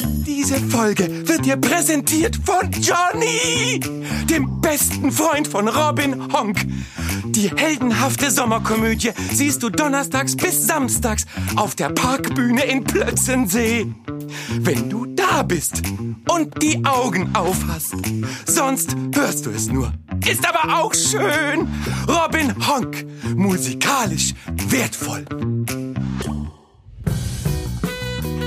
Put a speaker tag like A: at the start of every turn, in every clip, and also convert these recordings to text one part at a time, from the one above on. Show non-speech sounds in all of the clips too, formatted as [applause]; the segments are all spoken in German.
A: Diese Folge wird dir präsentiert von Johnny, dem besten Freund von Robin Honk. Die heldenhafte Sommerkomödie siehst du donnerstags bis samstags auf der Parkbühne in Plötzensee. Wenn du da bist und die Augen auf hast, sonst hörst du es nur. Ist aber auch schön. Robin Honk, musikalisch wertvoll.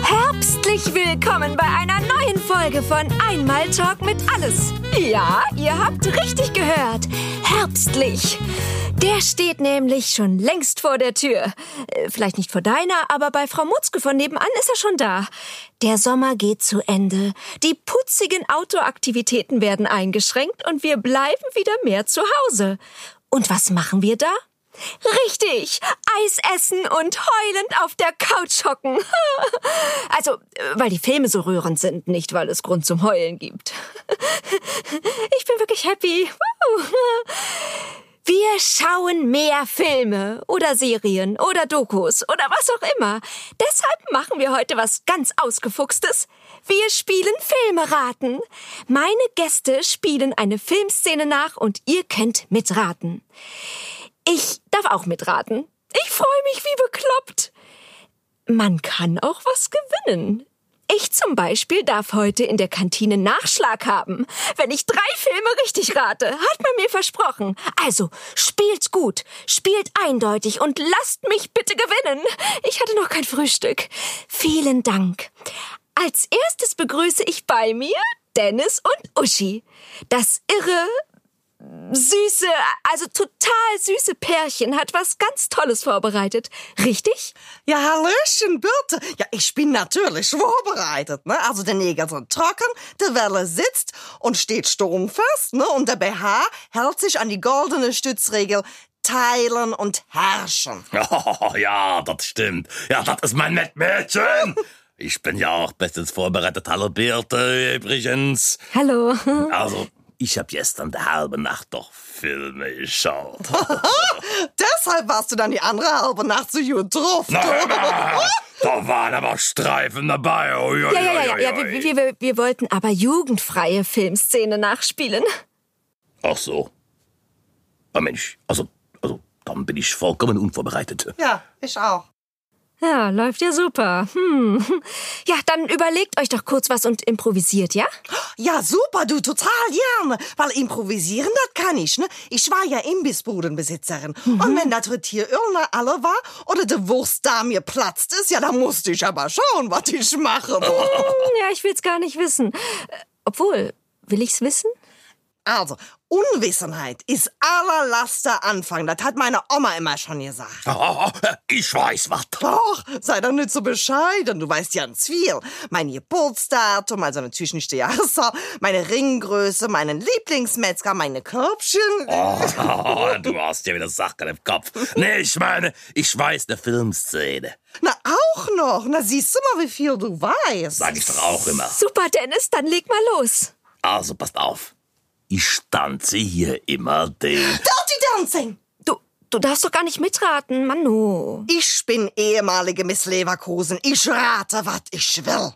B: Herzlich willkommen bei einer neuen Folge von Einmal Talk mit Alles. Ja, ihr habt richtig gehört. Herbstlich. Der steht nämlich schon längst vor der Tür. Äh, Vielleicht nicht vor deiner, aber bei Frau Mutzke von nebenan ist er schon da. Der Sommer geht zu Ende. Die putzigen Outdoor-Aktivitäten werden eingeschränkt und wir bleiben wieder mehr zu Hause. Und was machen wir da? Richtig, Eis essen und heulend auf der Couch hocken. Also, äh, weil die Filme so rührend sind, nicht weil es Grund zum Heulen gibt. [laughs] Ich bin wirklich happy. Woo. Wir schauen mehr Filme oder Serien oder Dokus oder was auch immer. Deshalb machen wir heute was ganz Ausgefuchstes. Wir spielen Filme raten. Meine Gäste spielen eine Filmszene nach und ihr könnt mitraten. Ich darf auch mitraten. Ich freue mich wie bekloppt. Man kann auch was gewinnen. Ich zum Beispiel darf heute in der Kantine Nachschlag haben, wenn ich drei Filme richtig rate, hat man mir versprochen. Also spielt gut, spielt eindeutig und lasst mich bitte gewinnen. Ich hatte noch kein Frühstück. Vielen Dank. Als erstes begrüße ich bei mir Dennis und Uschi. Das irre, süße, also total süße Pärchen hat was ganz Tolles vorbereitet. Richtig?
C: Ja, hallöchen, bitte. Ja, ich bin natürlich vorbereitet, ne? Also der Neger sind trocken, die Welle sitzt und steht sturmfest, ne? Und der BH hält sich an die goldene Stützregel teilen und herrschen.
D: Oh, [laughs] ja, das stimmt. Ja, das ist mein Mädchen. Ich bin ja auch bestens vorbereitet. Hallo Birte übrigens.
B: Hallo.
D: Also, ich habe gestern die halbe Nacht doch Filme geschaut. [laughs]
C: Deshalb warst du dann die andere halbe Nacht so gut drauf.
D: Na, hör mal, da [laughs] waren aber Streifen dabei. Ui, ui,
B: Ja, ja, ja, ja,
D: ui,
B: ja.
D: ui.
B: Wir, wir, wir, wir wollten aber jugendfreie Filmszene nachspielen. [laughs]
D: Ach so. Oh Mensch, also, also, dann bin ich vollkommen [laughs] unvorbereitet.
C: Ja, ich auch.
B: Ja, läuft ja super. Hm. Ja, dann überlegt euch doch kurz was und improvisiert, ja?
C: Ja, super, du, total gerne. Weil improvisieren, das kann ich, ne? Ich war ja Imbissbudenbesitzerin. Und wenn das Frittierölner alle war oder die Wurst da mir platzt ist, ja, da musste ich aber schauen, was ich mache.
B: Hm, Ja, ich will's gar nicht wissen. Äh, Obwohl, will ich's wissen?
C: also, Unwissenheit ist aller Laster Anfang. Das hat meine Oma immer schon gesagt.
D: Oh, ich weiß [laughs] was.
C: Doch, sei doch nicht so bescheiden. Du weißt ganz viel. Mein Geburtsdatum, also natürlich nicht die [laughs] Jahreszahl, meine Ringgröße, meinen Lieblingsmetzger, meine Körbchen.
D: Oh, du hast ja wieder Sachen im Kopf. Nee, ich meine, ich weiß eine Filmszene.
C: Na, auch noch. Na, siehst du mal, wie viel du weißt.
D: Sag ich doch auch immer.
B: Super, Dennis, dann leg mal los.
D: Also, passt auf. Ich stanze hier immer den.
C: Dirty Dancing.
B: Du, du darfst doch gar nicht mitraten, Manu.
C: Ich bin ehemalige Miss Leverkusen. Ich rate, was ich will.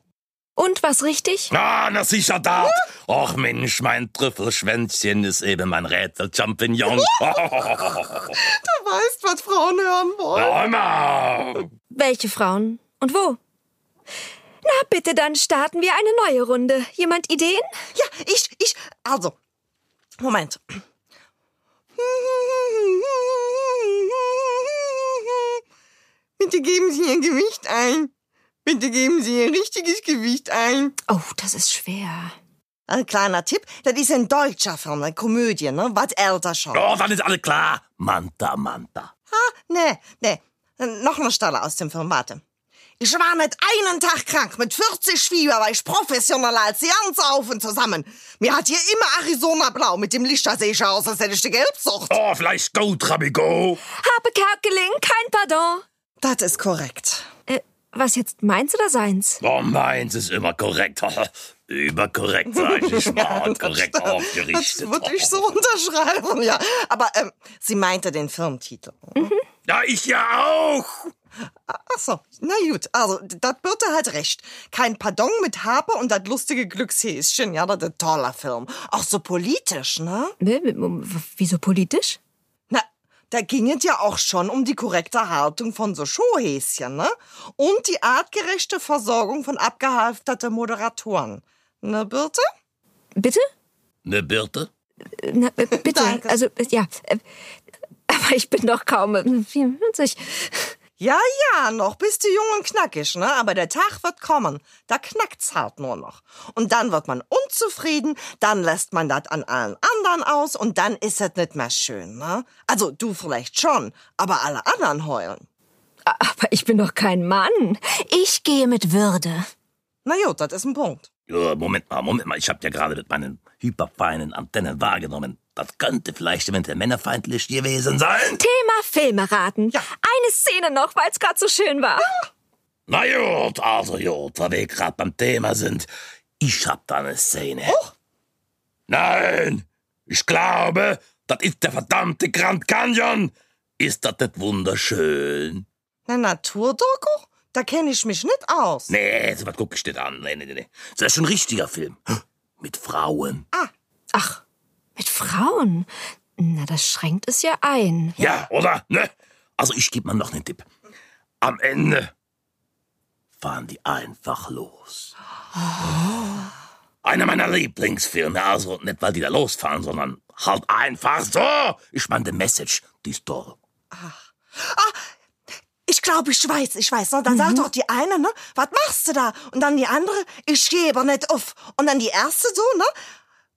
B: Und was richtig?
D: Ah, na sicher da. Och Mensch, mein Trüffelschwänzchen ist eben mein Rätsel Champignon.
C: Du weißt, was Frauen hören wollen.
D: Hör mal.
B: Welche Frauen? Und wo? Na bitte, dann starten wir eine neue Runde. Jemand Ideen?
C: Ja, ich, ich, also, Moment. Bitte geben Sie Ihr Gewicht ein. Bitte geben Sie Ihr richtiges Gewicht ein.
B: Oh, das ist schwer.
C: Ein kleiner Tipp, das ist ein deutscher Film, eine Komödie, ne? Was älter schon.
D: Oh, dann ist alles klar. Manta, Manta.
C: Ah, nee, nee. Noch eine Stelle aus dem Film, warte. Ich war nicht einen Tag krank. Mit 40 Fieber war ich professioneller als die ganze Haufen zusammen. Mir hat hier immer Arizona blau. Mit dem Licht da sehe ich aus, als hätte ich die Gelbsucht.
D: Oh, vielleicht go, Trabigo.
B: Habe Kerkeling, kein Pardon.
C: Das ist korrekt.
B: Äh, was jetzt meins oder seins?
D: Oh, meins ist immer korrekt. Oh, Überkorrekt,
C: [laughs]
D: sag ich. Ich war korrekt
C: Oh Das
D: aufgerichtet. Oh.
C: würde ich so unterschreiben, ja. Aber ähm, sie meinte den Filmtitel.
D: Ja, ich ja auch.
C: Ach so, na gut. Also, das Birte hat recht. Kein Pardon mit Harpe und das lustige Glückshäschen. Ja, das ist ein toller Film. Auch so politisch, ne?
B: Wieso politisch?
C: Na, da ging es ja auch schon um die korrekte Haltung von so Showhäschen, ne? Und die artgerechte Versorgung von abgehalfterten Moderatoren. Ne, Birte?
B: Bitte?
D: Ne, Birte?
B: Na,
C: [laughs]
B: äh, bitte.
C: Danke.
B: Also, äh, ja. äh, Aber ich bin doch kaum äh, 44.
C: Ja, ja, noch bist du jung und knackig, ne? Aber der Tag wird kommen. Da knackt's halt nur noch. Und dann wird man unzufrieden, dann lässt man das an allen anderen aus und dann ist es nicht mehr schön, ne? Also du vielleicht schon, aber alle anderen heulen.
B: Aber ich bin doch kein Mann. Ich gehe mit Würde.
C: Na gut, das ist ein Punkt.
D: Ja, Moment mal, Moment mal. Ich hab ja gerade mit meinen hyperfeinen Antennen wahrgenommen. Das könnte vielleicht eventuell männerfeindlich gewesen sein.
B: Thema Filme raten.
C: Ja.
B: Eine Szene noch, weil es gerade so schön war.
D: Na gut, also gut, da wir gerade beim Thema sind. Ich hab da eine Szene. Nein, ich glaube, das ist der verdammte Grand Canyon. Ist das nicht wunderschön?
C: Ne Naturdoku? Da kenne ich mich nicht aus.
D: Nee, so was guck ich nicht an. Nee, nee, nee, nee. Das ist schon ein richtiger Film. Mit Frauen.
B: Ach, mit Frauen? Na, das schränkt es ja ein.
D: Ja, oder? Ne? Also ich gebe mal noch einen Tipp. Am Ende fahren die einfach los. Einer meiner Lieblingsfilme, also nicht weil die da losfahren, sondern halt einfach so. Ich meine, die Message, die ist toll.
C: Ich glaube, ich weiß, ich weiß. Ne? Dann sagt doch die eine, ne? Was machst du da? Und dann die andere, ich gebe nicht auf. Und dann die erste so, ne?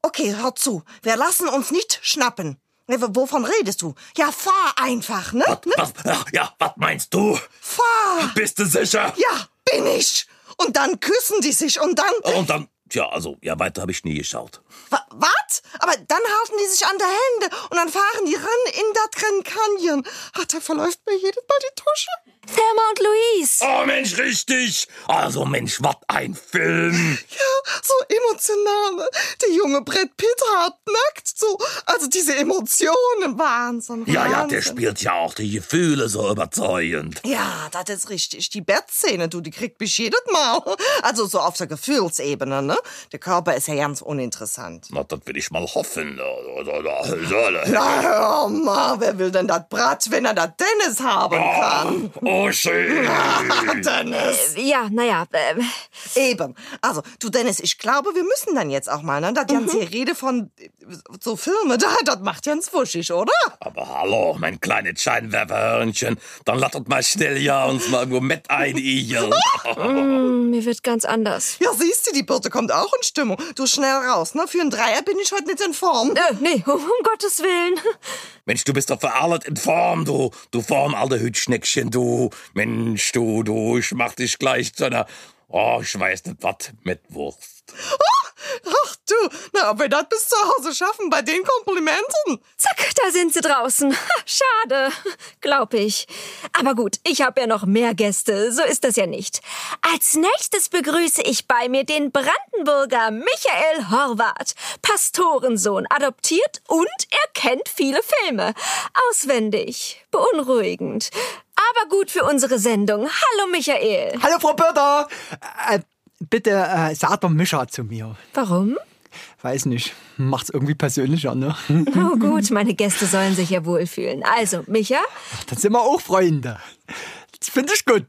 C: Okay, hör zu. Wir lassen uns nicht schnappen. Ne, w- Wovon redest du? Ja, fahr einfach, ne?
D: Was, was, ach ja, was meinst du?
C: Fahr!
D: Bist du sicher?
C: Ja, bin ich! Und dann küssen die sich und dann.
D: Und dann, ja, also, ja, weiter habe ich nie geschaut.
C: Wa- Was? Aber dann halten die sich an der Hände und dann fahren die ran in das Grand Canyon. Ach, da verläuft mir jedes Mal die Tusche.
B: Thelma und
C: Äh,
B: Louise.
D: Oh Mensch, richtig! Also Mensch, was ein Film!
C: Ja, so emotional. ne? Der junge Brett Pitt hat nackt so. Also diese Emotionen, Wahnsinn.
D: Ja, ja, der
C: Wahnsinn.
D: spielt ja auch die Gefühle so überzeugend.
C: Ja, das ist richtig. Die Bettszene, du, die kriegt mich jedes Mal. Also so auf der Gefühlsebene, ne? Der Körper ist ja ganz uninteressant.
D: Na, das will ich mal hoffen. So, so, so, so.
C: Na, hör mal, wer will denn das Brat, wenn er das Dennis haben kann?
D: Oh, schön!
C: [laughs] Dennis.
B: Äh, Ja, naja. Äh,
C: Eben. Also, du Dennis, ich glaube, wir müssen dann jetzt auch mal, ne? Das
D: Mhm.
C: ganze Rede von äh, so Filme, [laughs] da, das macht ganz wuschig, oder?
D: Aber hallo, mein kleines Scheinwerferhörnchen, dann lass uns mal schnell ja uns mal irgendwo mit einigeln.
C: [laughs]
B: mir wird ganz anders.
C: Ja, siehst du, die Birte kommt auch in Stimmung. Du schnell raus, ne? Für einen Dreier bin ich heute nicht in Form.
B: Äh, nee, um, um Gottes Willen.
D: Mensch, du bist doch für alles in Form, du. Du Form, alte Hütschneckchen, du. Mensch, du, du, ich mach dich gleich zu einer, oh, ich weiß nicht was, mit Wurst.
C: Ach du, na, ob wir das bis zu Hause schaffen bei den Komplimenten?
B: Zack, da sind sie draußen. Ha, Schade, glaub ich. Aber gut, ich habe ja noch mehr Gäste, so ist das ja nicht. Als nächstes begrüße ich bei mir den Brandenburger Michael Horvath, Pastorensohn, adoptiert und er kennt viele Filme. Auswendig, beunruhigend, aber gut für unsere Sendung. Hallo Michael.
E: Hallo Frau Börder! Äh, bitte äh, sagt doch Mischa zu mir.
B: Warum?
E: Weiß nicht, macht's irgendwie persönlicher, ne?
B: Oh gut, meine Gäste sollen sich ja wohlfühlen. Also, Micha,
E: Dann sind wir auch Freunde. Das finde ich gut.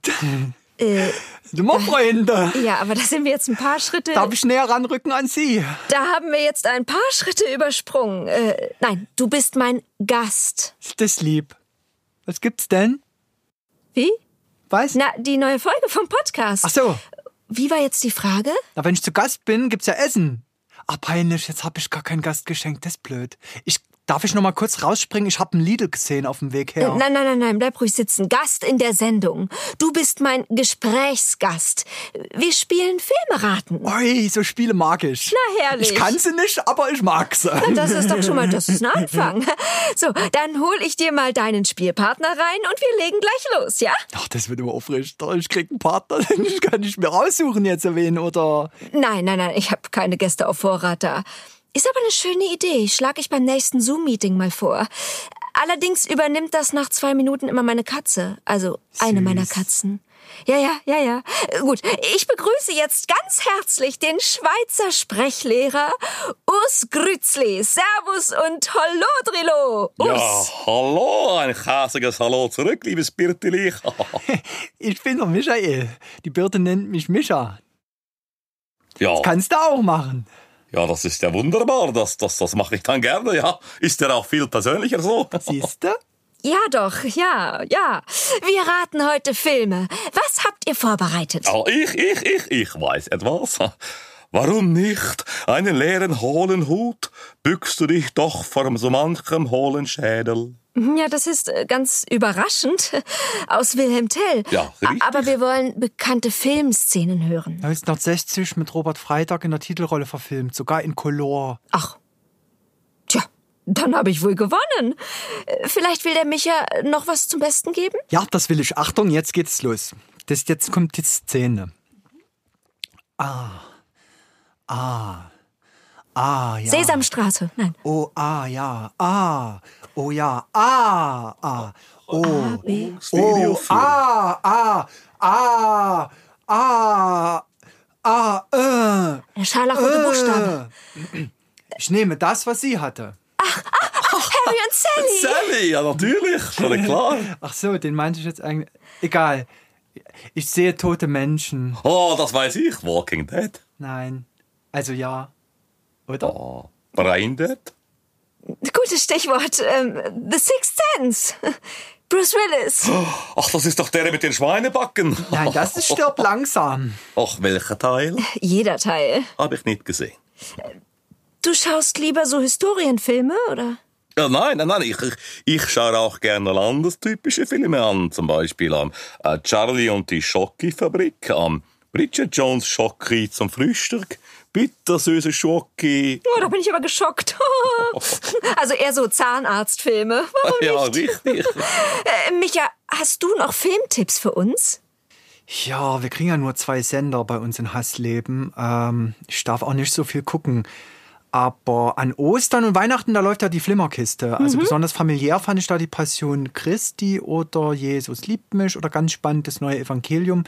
B: äh,
E: Sind wir Freunde?
B: ja, aber da sind wir jetzt ein paar Schritte.
E: Darf ich näher ranrücken an Sie?
B: Da haben wir jetzt ein paar Schritte übersprungen. Äh, nein, du bist mein Gast.
E: Ist das lieb? Was gibt's denn?
B: Wie?
E: Weiß?
B: Na, die neue Folge vom Podcast.
E: Ach so,
B: Wie war jetzt die Frage?
E: na, wenn ich zu Gast bin, gibt's ja Essen. Ah, peinlich, jetzt hab ich gar kein Gastgeschenk, das ist blöd. Ich, darf ich noch mal kurz rausspringen? Ich hab einen Lidl gesehen auf dem Weg her.
B: Nein, nein, nein, nein, bleib ruhig sitzen. Gast in der Sendung. Du bist mein Gesprächsgast. Wir spielen Filmeraten.
E: Oi, so Spiele mag ich.
B: Na, herrlich.
E: Ich kann sie nicht, aber ich mag sie.
B: Das ist doch schon mal, das ist ein Anfang.
E: [laughs]
B: So, dann hol ich dir mal deinen Spielpartner rein und wir legen gleich los, ja?
E: Ach, das wird immer aufrichter. Ich krieg einen Partner, [laughs] den ich kann nicht mehr aussuchen jetzt erwähnen, oder?
B: Nein, nein, nein, ich habe keine Gäste auf Vorrat da. Ist aber eine schöne Idee. Schlag ich beim nächsten Zoom-Meeting mal vor. Allerdings übernimmt das nach zwei Minuten immer meine Katze. Also eine meiner Katzen. Ja, ja, ja, ja. Äh, Gut, ich begrüße jetzt ganz herzlich den Schweizer Sprechlehrer Urs Grützli. Servus und Hollo Drillo.
D: Ja,
B: Urs.
D: hallo, ein chasiges Hallo zurück, liebes Birteli.
E: Ich bin doch Michael. Die Birte nennt mich Micha.
D: [laughs] ja,
E: Kannst du auch machen.
D: ja, das ist ja wunderbar, das, das, das mache ich dann gerne, ja. Ist ja auch viel persönlicher so.
E: Siehst [laughs] du?
B: Ja. doch, ja, ja. Wir raten heute Filme. Was habt ihr vorbereitet?
D: Ja, ich, ich, ich, ich weiß etwas. Warum nicht einen leeren hohlen Hut? Bückst du dich doch vor so manchem hohlen Schädel?
B: Ja, das ist äh, ganz überraschend [laughs] aus Wilhelm Tell.
D: Ja, richtig.
B: Aber wir wollen bekannte Filmszenen hören.
E: 1960 mit Robert Freitag in der Titelrolle verfilmt, sogar in Color.
B: Ach. Tja, dann habe ich wohl gewonnen. Äh, Vielleicht will der Micha noch was zum Besten geben?
E: Ja, das will ich. Achtung, jetzt geht's los. Das, jetzt kommt die Szene. Ah. Ah. Ah, ja.
B: Sesamstraße. Nein.
E: Oh, ah, ja. Ah. Oh, ja. Ah. Ah. Oh. Oh.
D: Stereophil.
E: Ah. Ah. Ah. Ah. Ah. Äh.
B: Scharlach rote Buchstaben.
E: Äh. Ich nehme das, was sie hatte.
B: Harry und
E: [laughs]
B: Sally.
D: Sally, ja natürlich, schon klar.
E: Ach so, den meinte ich jetzt eigentlich. Egal. Ich sehe tote Menschen.
D: Oh, das weiß ich, Walking Dead.
E: Nein. Also ja. Oder?
D: Oh, Brain Dead.
B: Gutes Stichwort. Ähm, The Sixth Sense. [laughs] Bruce
E: [gasps]
B: Willis.
D: Ach, das ist doch der mit den Schweinebacken.
E: Nein, das ist stirb langsam.
D: [laughs] Ach, welcher Teil?
E: [laughs]
B: Jeder Teil.
D: Habe ich nicht gesehen.
B: Du schaust lieber so Historienfilme, oder?
D: Ja, nein, nein, nein, ich, ich, ich schaue auch gerne landestypische Filme an. Zum Beispiel am äh, Charlie und die Schocki-Fabrik, am Bridget Jones Schocki zum Frühstück, bittersüße Schocki.
B: Oh, da bin ich aber geschockt. [laughs] also eher so Zahnarztfilme. Warum
D: [laughs] ja,
B: nicht?
D: richtig.
B: Äh, Micha, hast du noch Filmtipps für uns?
E: Ja, wir kriegen ja nur zwei Sender bei uns in Hassleben. Ähm, ich darf auch nicht so viel gucken. Aber an Ostern und Weihnachten, da läuft ja die Flimmerkiste. Also besonders familiär fand ich da die Passion Christi oder Jesus liebt mich oder ganz spannend das neue Evangelium.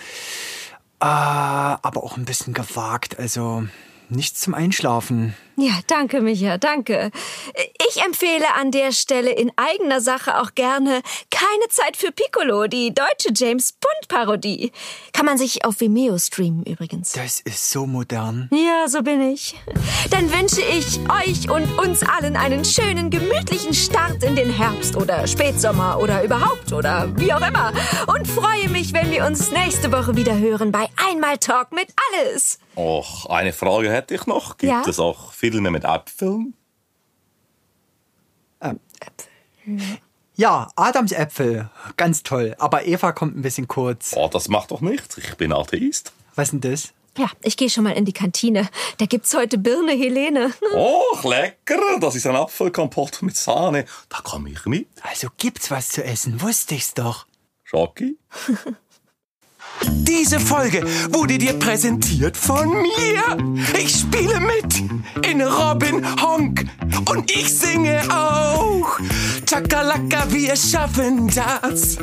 E: Äh, aber auch ein bisschen gewagt. Also nichts zum Einschlafen.
B: Ja, danke, Micha, danke. Ich empfehle an der Stelle in eigener Sache auch gerne Keine Zeit für Piccolo, die deutsche James Bond-Parodie. Kann man sich auf Vimeo streamen übrigens.
E: Das ist so modern.
B: Ja, so bin ich. Dann wünsche ich euch und uns allen einen schönen, gemütlichen Start in den Herbst oder Spätsommer oder überhaupt oder wie auch immer. Und freue mich, wenn wir uns nächste Woche wieder hören bei Einmal Talk mit Alles.
D: Och, eine Frage hätte ich noch. Gibt
B: Ja?
D: es auch Filme mit Äpfeln?
E: Ja, Adams Äpfel. Ganz toll. Aber Eva kommt ein bisschen kurz.
D: Oh, das macht doch nichts. Ich bin Atheist.
E: Was denn das?
B: Ja, ich gehe schon mal in die Kantine. Da gibt's heute Birne Helene.
D: Och, lecker. Das ist ein Apfelkompott mit Sahne. Da komme ich mit.
E: Also gibt's was zu essen, wusste ich's doch.
D: Schocki?
A: Diese Folge wurde dir präsentiert von mir. Ich spiele mit in Robin Honk und ich singe auch. Chakalaka, wir schaffen das.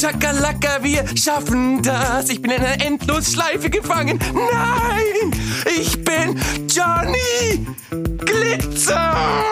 A: Chakalaka, wir schaffen das. Ich bin in einer Endlosschleife gefangen. Nein, ich bin Johnny Glitzer.